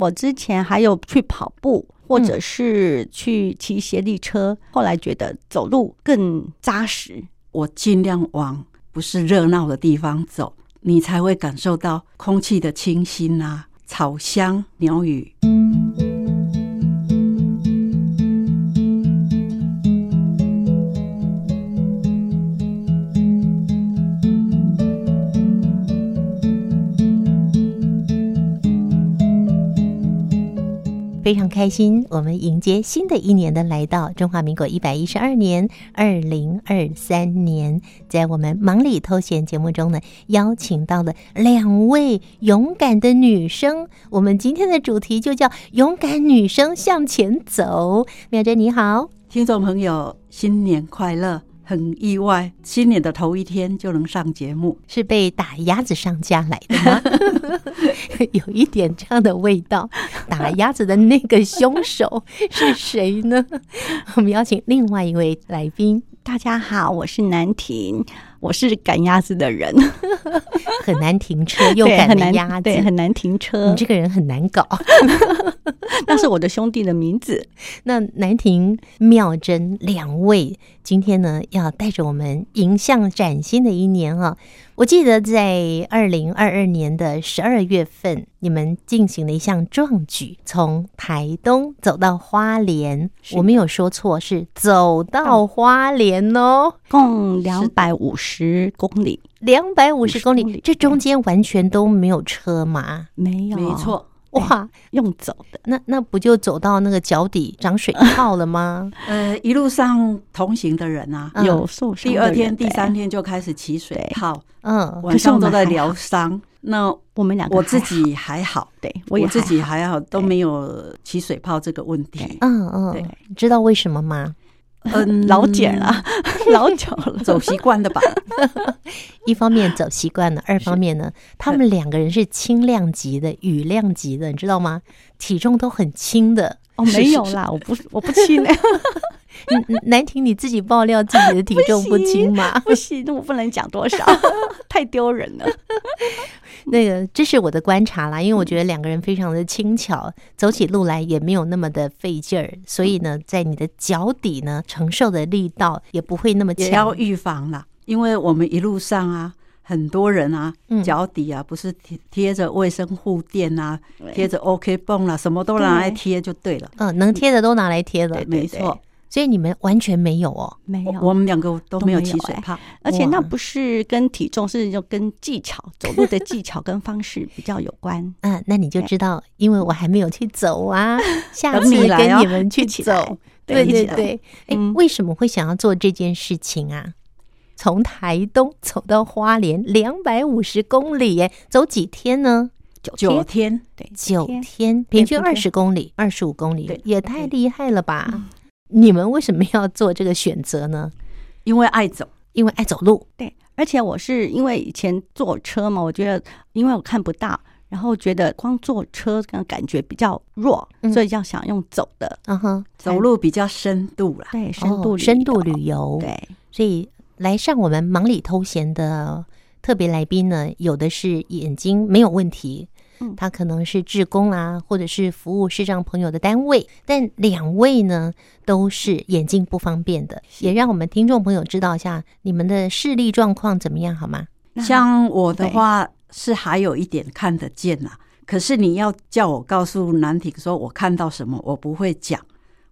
我之前还有去跑步，或嗯者是去骑斜力车，后来觉得走路更扎实。我尽量往不是热闹的地方走，你才会感受到空气的清新啊，草香、鸟语。非常开心，我们迎接新的一年的来到，中华民国一百一十二年二零二三年，在我们忙里偷闲节目中呢，邀请到了两位勇敢的女生。我们今天的主题就叫“勇敢女生向前走”。妙珍你好，听众朋友，新年快乐！很意外，新年的头一天就能上节目，是被打鸭子上架来的吗？有一点这样的味道。打鸭子的那个凶手是谁呢？我们邀请另外一位来宾，大家好，我是南婷，我是赶鸭子的人，很难停车又对，赶很了难鸭子，对，很难停车你。这个人很难搞。 那是我的兄弟的名字。那南亭、妙珍两位今天呢，要带着我们迎向崭新的一年啊！我记得在二零二二年的十二月份，你们进行了一项壮举，从台东走到花莲，是我没有说错，是走到花莲哦，共两百五十公里，两百五十公公里里，这中间完全都没有车嘛？没有，没，错。哇，用走的，那那不就走到那个脚底长水泡了吗？呃，一路上同行的人啊，嗯有受伤第的二人天、第欸三天就开始起水对泡，嗯，晚上都在可是我疗伤。那我们两个我还自好己还好，对我我也自还己好还好，都没有起水泡这个问题。嗯嗯对，知道为什么吗？嗯老茧啊了，老久了，走习惯了吧？一方面走习惯了，二方面呢，他们两个人是轻量级的、羽量级的，你知道吗？体重都很轻的。哦，没有啦，我 不我不亲嘞，嗯嗯南婷你自己爆料自己的体重不不行轻嘛？ 不行，我不能讲多少， 太丢人 了。那个这是我的观察啦，因为我觉得两个人非常的轻巧，走起路来也没有那么的费劲儿，所以呢，在你的脚底呢承受的力道也不会那么也要强。预防啦，因为我们一路上啊，很多人啊嗯，脚底啊不是贴贴着卫生护垫啊，贴着 OK 泵啦，什么都拿来贴就对了。嗯，能贴的都拿来贴了对，没错，所以你们完全没有哦。没我有，我们两个都没有起水泡，而且那哇不是跟体重，是就跟技巧，走路的技巧跟方式比较有关。啊，那你就对知道，因为我还没有去走啊，下等次你来跟哦你们去一起来走。对对一起对来对，哎嗯，为什么会想要做这件事情啊？从台东走到花莲，两百五十公里，耶，走几天呢？九九天，天对，九天天，平对均平二均十公里，二十五公里对，也太厉害了吧！你们为什么要做这个选择呢？因为爱走，因为爱走路，对，而且我是因为以前坐车嘛，我觉得因为我看不到，然后觉得光坐车感感觉比较弱，嗯所以要想用走的，嗯哼，走路比较深度啦。对，深哦度、深度旅游，对，所以来上我们忙里偷闲的特别来宾呢，有的是眼睛没有问题，嗯他可能是志工啦，或者是服务视障朋友的单位，但两位呢都是眼睛不方便的，也让我们听众朋友知道一下你们的视力状况怎么样，好吗？那像我的话是还有一点看得见啦，可是你要叫我告诉南挺说我看到什么，我不会讲，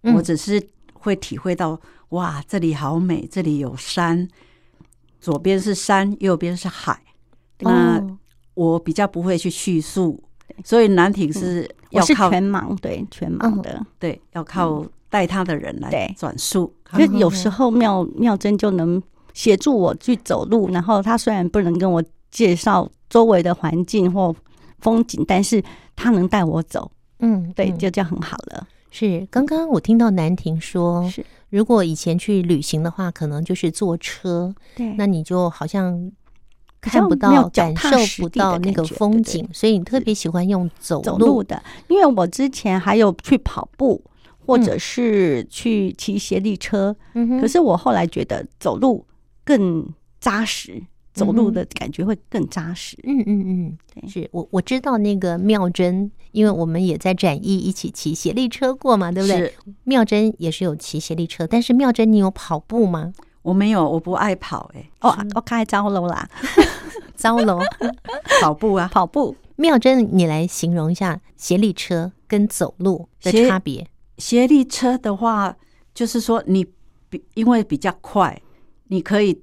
嗯我只是会体会到哇，这里好美，这里有山，左边是山，右边是海。那哦我比较不会去叙述，所以南挺是嗯我要是靠全盲，对，全嗯盲的。对要靠带他的人来对转述。因为有时候妙妙珍就能协助我去走路，然后她虽然不能跟我介绍周围的环境或风景，但是她能带我走，嗯，对，嗯就这样很好了。是刚刚我听到南婷说，是，如果以前去旅行的话，可能就是坐车，对，那你就好像比看较不没到有、脚感踏受实不地的到那感个觉风对景，所以你特别喜欢用走走路路。的，因为我之前还有去跑步，或者是去骑斜力车，嗯哼可是我后来觉得走路更扎实。走路的感觉会更扎实。嗯嗯嗯，对是我我知道那个妙珍，因为我们也在展翼一起骑斜力车过嘛，对不对？是妙珍也是有骑斜力车，但是妙珍你有跑 步吗？我没有，我不爱跑、欸，哦，我开招了啦，糟楼，跑步啊，跑步妙珍，你来形容一下斜力车跟走路的斜差别。斜力车的话，就是说你比因为比较快，你可以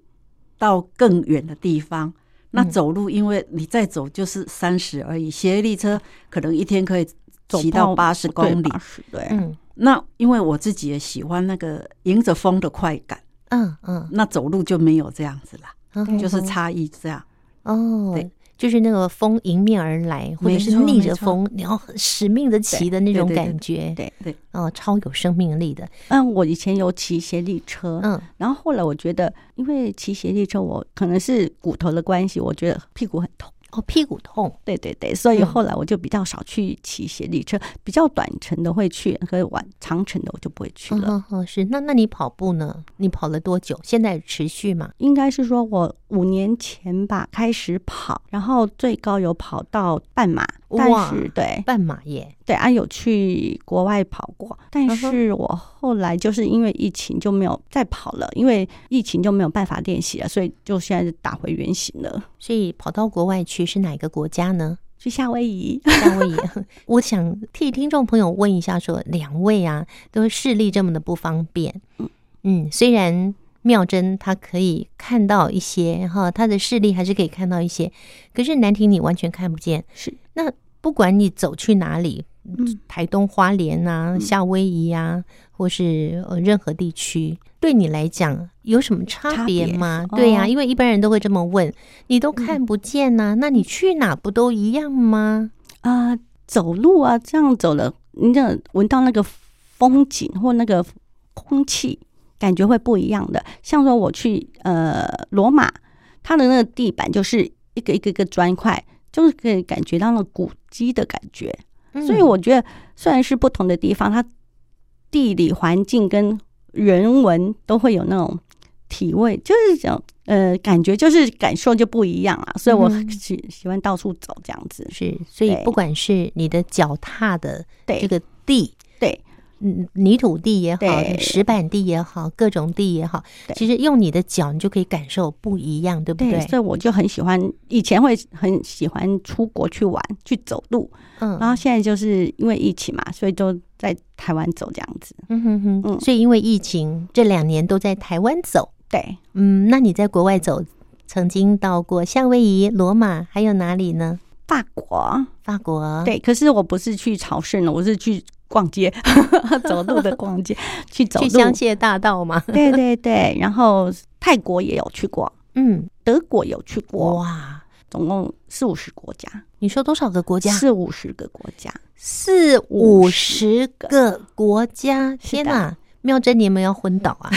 到更远的地方。那嗯走路，因为你再走就是三十而已，斜力车可能一天可以走骑到八十公里对。80对，嗯那因为我自己也喜欢那个迎着风的快感，嗯嗯，那走路就没有这样子啦，嗯就是嗯差异 这样。哦对。就是那个风迎面而来，或者没是错逆没着错风，然后很使命的骑的那对种对对感觉，对对哦，超有生命力的，嗯，我以前有骑斜力车，嗯然后后来我觉得，因为骑斜力车，我可能是骨头的关系，我觉得屁股很痛。哦，屁股痛，对对对，所以嗯后来我就比较少去骑斜力车，比较短程的会去，和晚长程的我就不会去嗯了。哼哼，是。那那你跑步呢？你跑了多久？现在持续吗？应该是说我五年前吧开始跑，然后最高有跑到半马，但哇是对半马耶，对啊有去国外跑过，但嗯哼是我后来就是因为疫情就没有再跑了，因为疫情就没有办法练习了，所以就现在就打回原形了，所以跑到国外去是哪个国家呢？去夏威夷。 夏威夷。我想替听众朋友问一下说两位啊，都视力这么的不方便，嗯，虽然妙珍她可以看到一些哈，她的视力还是可以看到一些，可是南婷你完全看不见。是，那不管你走去哪里，嗯台东花莲啊、夏威夷啊，或是呃任何地区，对你来讲有什么差别吗？差别对呀、哦嗯因为一般人都会这么问，你都看不见呐、那你去哪不都一样吗？啊、走路啊，这样走了，你这闻到那个风景或那个空气，感觉会不一样的。像说我去呃罗马，它的那个地板就是一个一个一个砖块，就是可以感觉到那个古迹的感觉。嗯所以我觉得，虽然是不同的地方，它地理环境跟人文都会有那种体味，就是讲呃感觉就是感受就不一样啊。所以我嗯喜喜欢到处走这样子。是，所以对不管是你的脚踏的对这个地，对，嗯，泥土地也好，对石板地也好，各种地也好，对其实用你的脚，你就可以感受不一样，对不对，所以我就很喜欢，以前会很喜欢出国去玩，去走路，嗯，然后现在就是因为疫情嘛，所以就在台湾走这样子。嗯哼哼，嗯所以因为疫情这两年都在台湾走，对，嗯，那你在国外走，曾经到过夏威夷、罗马，还有哪里呢？法国，法国，，对，可是我不是去朝圣了，我是去逛街， 走路的逛街，去走去路。香榭大道嘛， 对对对，然后泰国也有去过，嗯，德国有去过， 哇，总共四五十国家，你说多少个国家？四五十个国家。四五十个国家，是天的哪！妙珍，你有没有要昏倒 啊？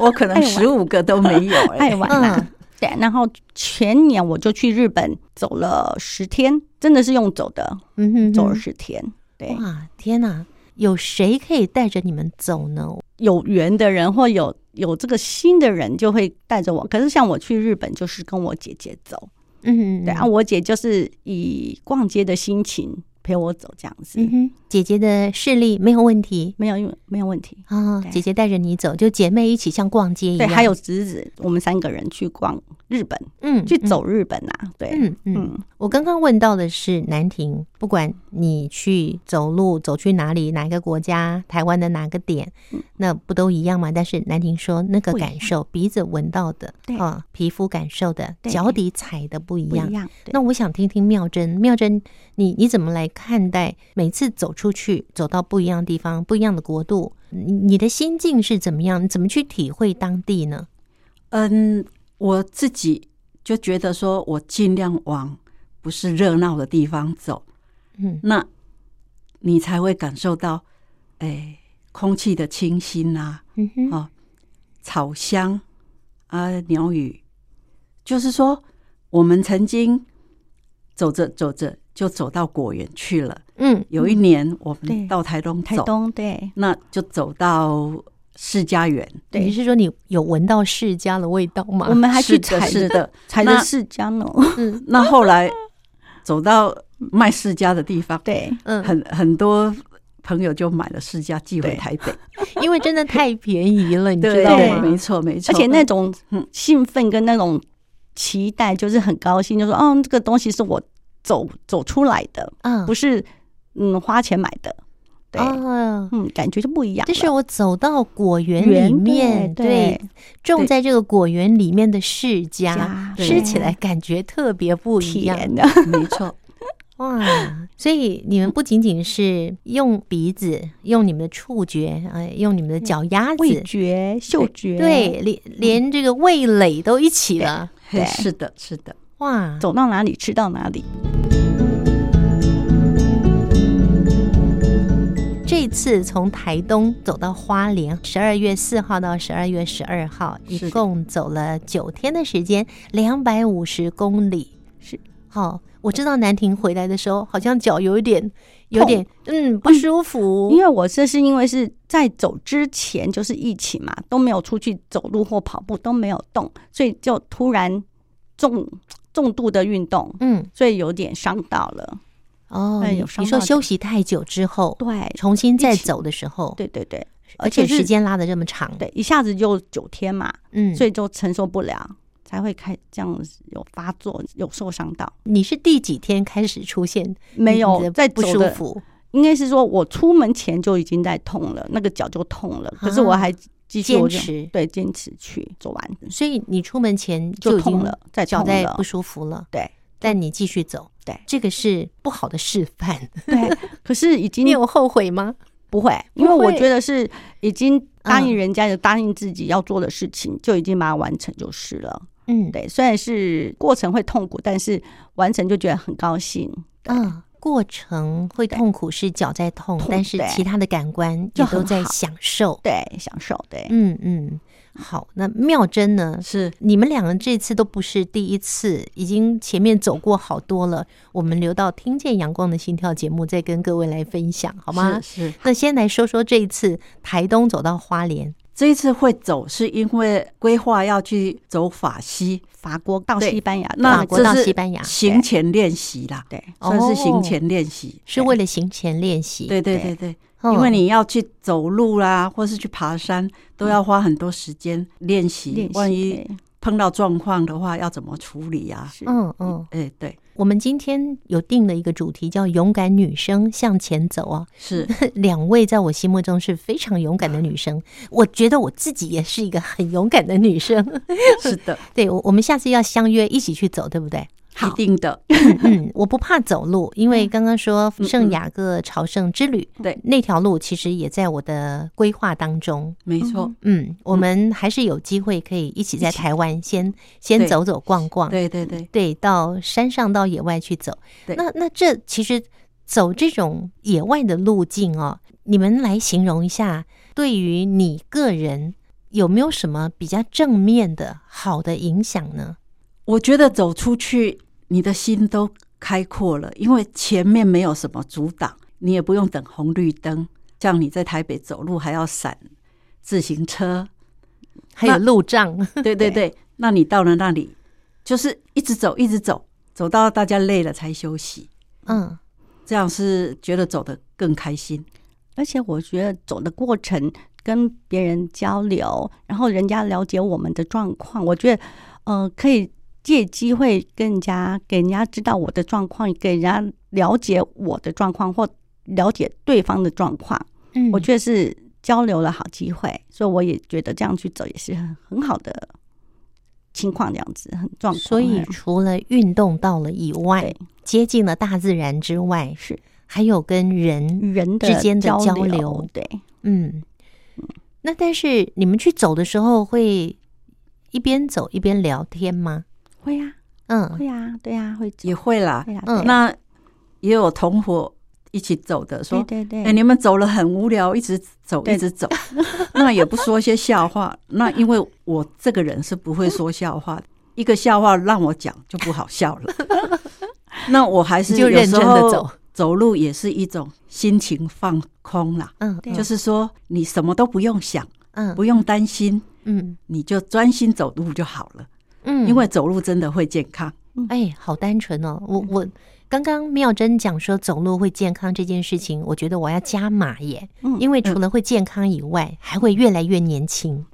我可能爱哎玩十五个都没 有、欸，爱玩啦、对，然后前年我就去日本走了十天，真的是用走的，嗯哼走了哼，十天。对，哇，天哪！有谁可以带着你们走呢？有缘的人或有有这个心的人就会带着我。可是像我去日本，就是跟我姐姐走，嗯，对啊，，我姐就是以逛街的心情陪我走这样子，嗯哼，姐姐的视力没有问题没有因为没有问题。啊，对姐姐带着你走，就姐妹一起像逛街一对，样。还有侄子，我们三个人去逛日本，嗯，去走日本啊，对，嗯，嗯嗯。嗯，我刚刚问到的是南亭，不管你去走路走去哪里，哪一个国家，台湾的哪个点，那不都一样吗？但是南亭说那嗯个不一样感受，鼻子闻到的，对啊，皮肤感受的，对脚底踩的不一不样一。样。对那我想听听妙珍，妙珍，你你怎么来看待每次走出去，走到不一样的地方、不一样的国度，你你的心境是怎么样？你怎么去体会当地呢？嗯，我自己就觉得说，我尽量往不是热闹的地方走，嗯那你才会感受到，哎，空气的清新啊，嗯哼，啊，草香啊，鸟语，就是说，我们曾经走着走着就走到果园去了。嗯有一年我对们到台东台走，东对，那就走到释迦园，对你是说你有闻到释迦的味道吗？我们还去是的采是的。采的那是姜 哦，嗯那后来走到卖世家的地方，对，嗯，很很多朋友就买了世家寄回台北，因为真的太便宜了，你知对道对没吗？错没而错。且那种嗯兴奋跟那种期待，就是很高兴，就说哦，这个东西是我走走出来的，啊，不是嗯花钱买的，对，啊，嗯，感觉就不一样了。这是我走到果园圆里面，对对，种对在这个果园里面的释迦，加对吃起来感觉特别不一样甜的，嗯 没错，哇！所以你们不仅仅是用鼻子、用你们的触觉，哎，用你们的脚丫味子，觉、嗅觉，对，，连连这个味蕾都一起了，对是的，是的。哇！走到哪里吃到哪里。这次从台东走到花莲，十二月四号到十二月十二号，一是的共走了九天的时间，两百五十公里。是，好、我知道南婷回来的时候，好像脚有一点，有点，嗯，不舒服因。为我这是因为是在走之前就是疫情嘛，都没有出去走路或跑步，都没有动，所以就突然重重度的运动，嗯，所以有点伤到了。哦，哎你有伤你说到休息太久之后，对，重新再一起走的时候，对对对，而而且且时是间拉的这么长，，对，一下子就九天嘛，嗯，所所以以就承受不了，才会开这样子有发作，有受伤到。你是第几天开始出现没嗯你有的在不走舒的，服？应该是说我出门前就已经在痛了，那个脚就痛了，可是我啊还继续坚我就持对，坚持去走完，所以你出门前就已痛经了，再脚痛在了不。舒服了，对，但你继续走，对这个是不好的示 范。对，可是已经你有后悔吗？不会，因为我觉得是已经答应人家，就答应自己要做的事情，就已经把它完成就是了。嗯，对，虽然是过程会痛苦，但是完成就觉得很高兴，啊，过程会对痛苦是脚在痛，痛但是对其他的感官就也都很在好享受。对，享受，对，嗯嗯，好，那妙珍呢？是你们两个这次都不是第一次，已经前面走过好多了。我们留到听见阳光的心跳节目再跟各位来分享，好吗？是是那先来说说这一次台东走到花莲，这一次会走，是因为规划要去走法西，法国到对西班牙的那法个国到这是西班牙行前练习啦，对，算是哦行前练习。是为了行前练习。对对对对对，哦，因为你要去走路啦，或是去爬山，都要花很多时间练习嗯练。习万一对碰到状况的话，要怎么处理呀、是嗯嗯，哎，对，我们今天有定了一个主题叫“勇敢女生向前走”啊。 是两位在我心目中是非常勇敢的女生，我觉得我自己也是一个很勇敢的女生。 是的，对，我我们下次要相约一起去走，对不对？一定的，嗯，我不怕走路，因为刚刚说圣雅各朝圣之旅，嗯对那条路其实也在我的规划当中。没错。嗯，我们还是有机会可以一起在台湾先先对走走逛逛，对对对，对，到山上到野外去走。对那那这其实走这种野外的路径哦，你们来形容一下，对于你个人有没有什么比较正面的好的影响呢？我觉得走出去，你的心都开阔了，因为前面没有什么阻挡，你也不用等红绿灯。像你在台北走路还要闪自行车，还有那 路障，对对对，那你到了那里，就是一直走，一直走，走到大家累了才休息，嗯，这样是觉得走得更开心。而且我觉得走的过程跟别人交流，然后人家了解我们的状况，我觉得呃可以借机会跟人家给人家知道我的状况，给人家了解我的状况或了解对方的状况，嗯我觉得是交流的好机会，所以我也觉得这样去走也是很很好的情况，这样子很状况，所以嗯除了运动到了以外对，接近了大自然之外，是还有跟人，人的之间的交交流，流对。嗯，那但是你们去走的时候会一边走一边聊天吗？会呀、嗯，会呀、对呀、会走也会啦，会呀、嗯对那也有同伙一起走的说对。对对，嗯哎、你们走了很无聊，一直走，对一直走， 那也不说些笑话。那因为我这个人是不会说笑话的，一个笑话让我讲就不好笑 了。那我还是就有认时真的候走，走路也是一种心情放空啦。嗯，对就是说你什么都不用想，嗯不用担心，嗯你就专心走路就好了，嗯，因为走路真的会健康。哎，好单纯哦！我我刚刚妙珍讲说走路会健康这件事情，我觉得我要加码耶，嗯因为除了会健康以外，还会越来越年轻。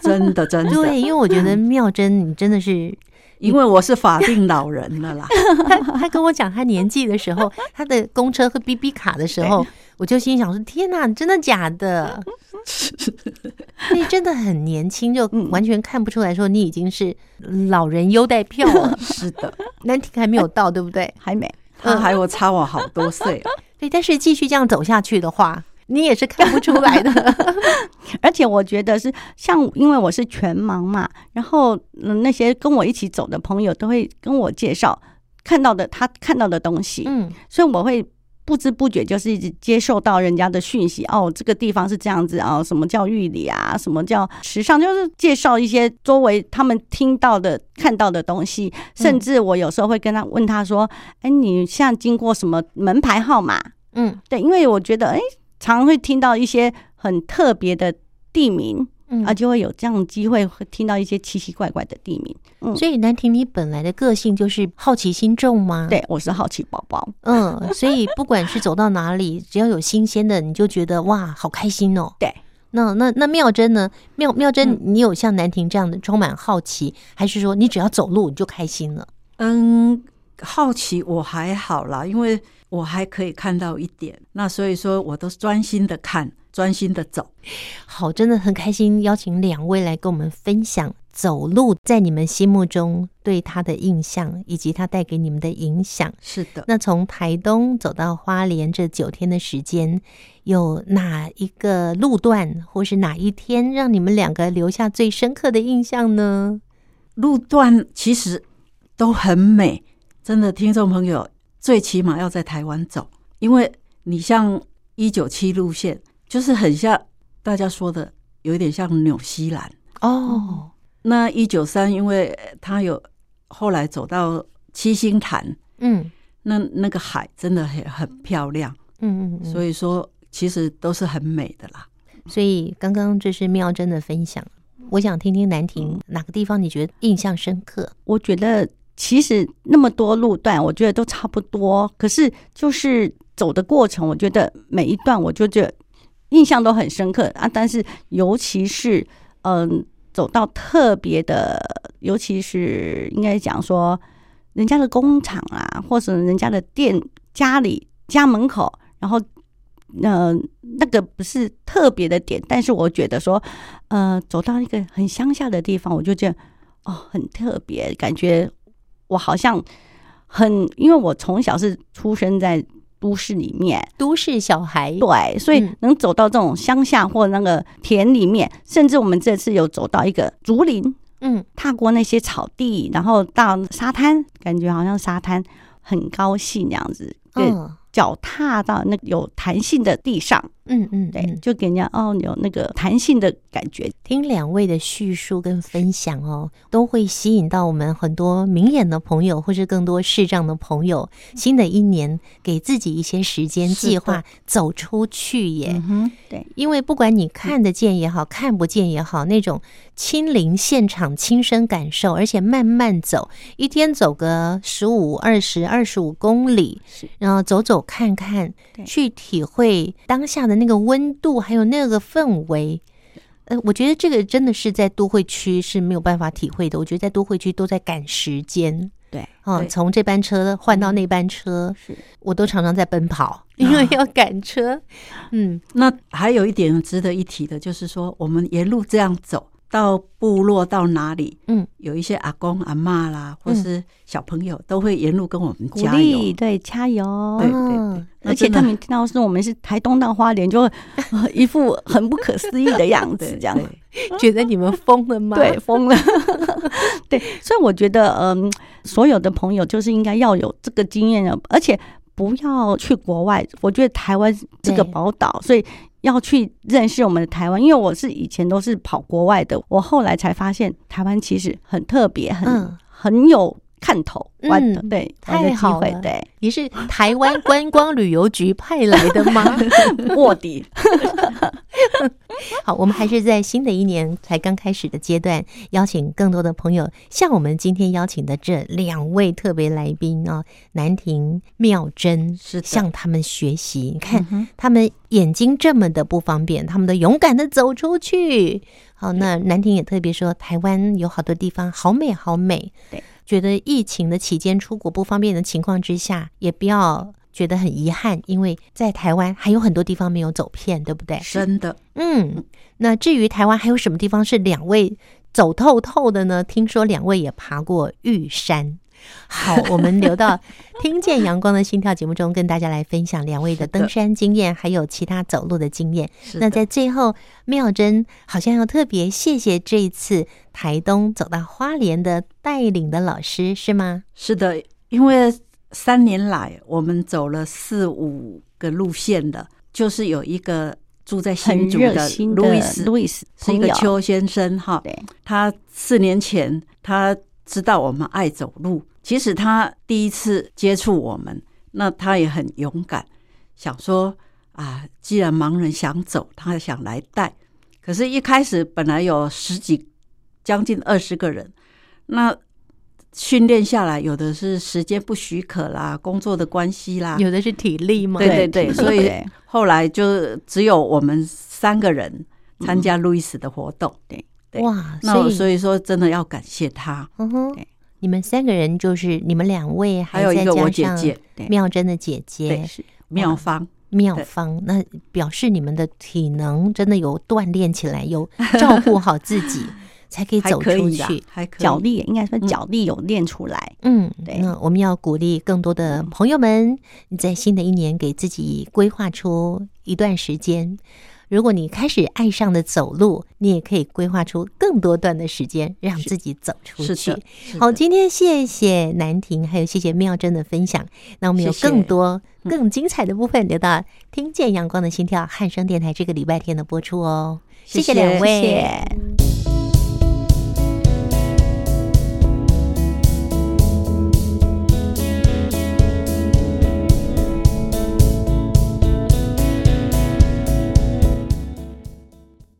真的，真的， 对，因为我觉得妙珍你真的是，因为我是法定老人了啦。。她她跟我讲她年纪的时候，她的公车和 B B 卡的时候，我就心想说：天哪，真的假的？所以真的很年轻，就嗯完全看不出来说你已经是老人优待票了是的，兰亭还没有到，对不对？还没，他还有差我好多岁哦。对，但是继续这样走下去的话，你也是看不出来的。而且我觉得是像，因为我是全盲嘛，然后、嗯、那些跟我一起走的朋友都会跟我介绍看到的他看到的东西， 嗯所以我会不知不觉就是一直接受到人家的讯息，哦，这个地方是这样子哦，什么叫玉里啊，什么叫时尚，就是介绍一些周围他们听到的、看到的东西，甚至我有时候会跟他问他说，哎、你现在经过什么门牌号码？嗯对，因为我觉得，哎，常会听到一些很特别的地名嗯啊，就会有这样的机会会听到一些奇奇怪怪的地名。嗯，所以南婷，你本来的个性就是好奇心重吗？，对我是好奇宝宝。嗯，所以不管是走到哪里，只要有新鲜的，你就觉得哇，好开心哦。对，那那那妙珍呢？妙妙珍，你有像南婷这样的充满好奇，还是说你只要走路你就开心了？嗯，好奇我还好啦，因为我还可以看到一点，那所以说我都专心的看，专心的走。好，真的很开心，邀请两位来跟我们分享走路在你们心目中对他的印象，以及他带给你们的影响。是的，那从台东走到花莲这九天的时间，有哪一个路段或是哪一天让你们两个留下最深刻的印象呢？路段其实都很美，真的，听众朋友，最起码要在台湾走，因为你像一九七路线，就是很像大家说的，有一点像纽西兰。哦，那一九三，因为它有后来走到七星潭，嗯那那个海真的很很漂亮，嗯嗯嗯，所以说其实都是很美的啦。所以刚刚这是妙珍的分享，我想听听南婷哪个地方你觉得印象深刻？我觉得其实那么多路段，我觉得都差不多，可是就是走的过程，我觉得每一段我就觉得印象都很深刻啊。但是尤其是嗯、走到特别的，尤其是应该讲说人家的工厂啊，或者人家的店、家里、家门口，然后。呃，那个不是特别的点，但是我觉得说，呃，走到一个很乡下的地方，我就觉得哦，很特别，感觉我好像很，因为我从小是出生在都市里面，都市小孩，对，所以嗯能走到这种乡下或那个田里面，甚至我们这次有走到一个竹林，嗯踏过那些草地，然后到沙滩，感觉好像沙滩很高兴那样子，对，嗯脚踏到那个有弹性的地上，嗯嗯，对，嗯就给人家哦有那个弹性的感觉，听两位的叙述跟分享哦，都会吸引到我们很多明眼的朋友，或是更多视障的朋友。新的一年，给自己一些时间是的计划，走出去耶。嗯哼，因为不嗯管你看得见也好，看不见也好，那种亲临现场、亲身感受，而且慢慢走，一天走个十五、二十、二十五公里是，然后走走看看，对去体会当下的那个温度，还有那个氛围。呃，我觉得这个真的是在都会区是没有办法体会的。我觉得在都会区都在赶时间，对，嗯哦，对从这班车换到那班车，是我都常常在奔啊跑，因为要赶车。嗯那还有一点值得一提的，就是说我们沿路这样走到部落到哪里，嗯，有一些阿公阿嬷啦，或是小朋友都会沿路跟我们鼓加励，油。对，加油，对对哦 对，那而且真的他们听到是我们是台东到花莲，就 会、呃一副很不可思议的样子对，这样对觉得你们疯了吗？对，疯了， 对，所以我觉得，嗯，所有的朋友就是应该要有这个经验的，而且不要去国外。我觉得台湾这个对宝岛，所以要去认识我们的台湾，因为我是以前都是跑国外的，我后来才发现台湾其实很特别，很、嗯很有看头，玩的、嗯对，太玩的机好会了，对，你是台湾观光旅游局派来的吗？卧底，好，我们还是在新的一年才刚开始的阶段，邀请更多的朋友，像我们今天邀请的这两位特别来宾啊、南亭、妙珍，是的嗯向他们学习。你看，他们眼睛这么的不方便，他们都勇敢的走出去。好，那南婷也特别说，台湾有好多地方好美好美。对，觉得疫情的期间出国不方便的情况之下，也不要觉得很遗憾，因为在台湾还有很多地方没有走遍，对不对？真的，嗯，那至于台湾还有什么地方是两位走透透的呢？听说两位也爬过玉山。 好，我们留到《听见阳光的心跳》节目中跟大家来分享两位的登山经验，还有其他走路的经验。是那的在最后，妙珍好像要特别谢谢这一次台东走到花莲的带领的老师，是吗？是的，因为三年来我们走了四五个路线的，就是有一个住在很新竹热的心的路易斯，路易斯是一朋个友邱先生哈，对他四年前他知道我们爱走路，其实他第一次接触我们，那他也很勇敢，想说啊，既然盲人想走，他想来带。可是，一开始本来有十几，将近二十个人，那训练下来，有的是时间不许可啦，工作的关系啦，有的是体力吗？对啊对对，所以对后来就只有我们三个人参加路易斯的活动。对哇，那我所以所以说，真的要感谢他，嗯哼对，你们三个人就是你们两位，还有再一个加我姐上姐对妙珍的姐姐对妙芳，妙对芳，那表示你们的体能真的有锻炼起来，有 照顾好自 己，才可以还走可出以的去。，还可脚以。嗯力也应该说脚力有练出来，嗯，对那我们要鼓励更多的朋友们，你在新的一年给自己规划出一段时间。如果你开始爱上了走路，你也可以规划出更多段的时间，让自己走出是去的。，是好，的今天谢谢南婷，还有谢谢妙珍的分享。那我们有谢谢更多嗯更精彩的部分留到《听见阳光的心跳》汉声电台这个礼拜天的播出哦。谢谢谢两谢位。谢谢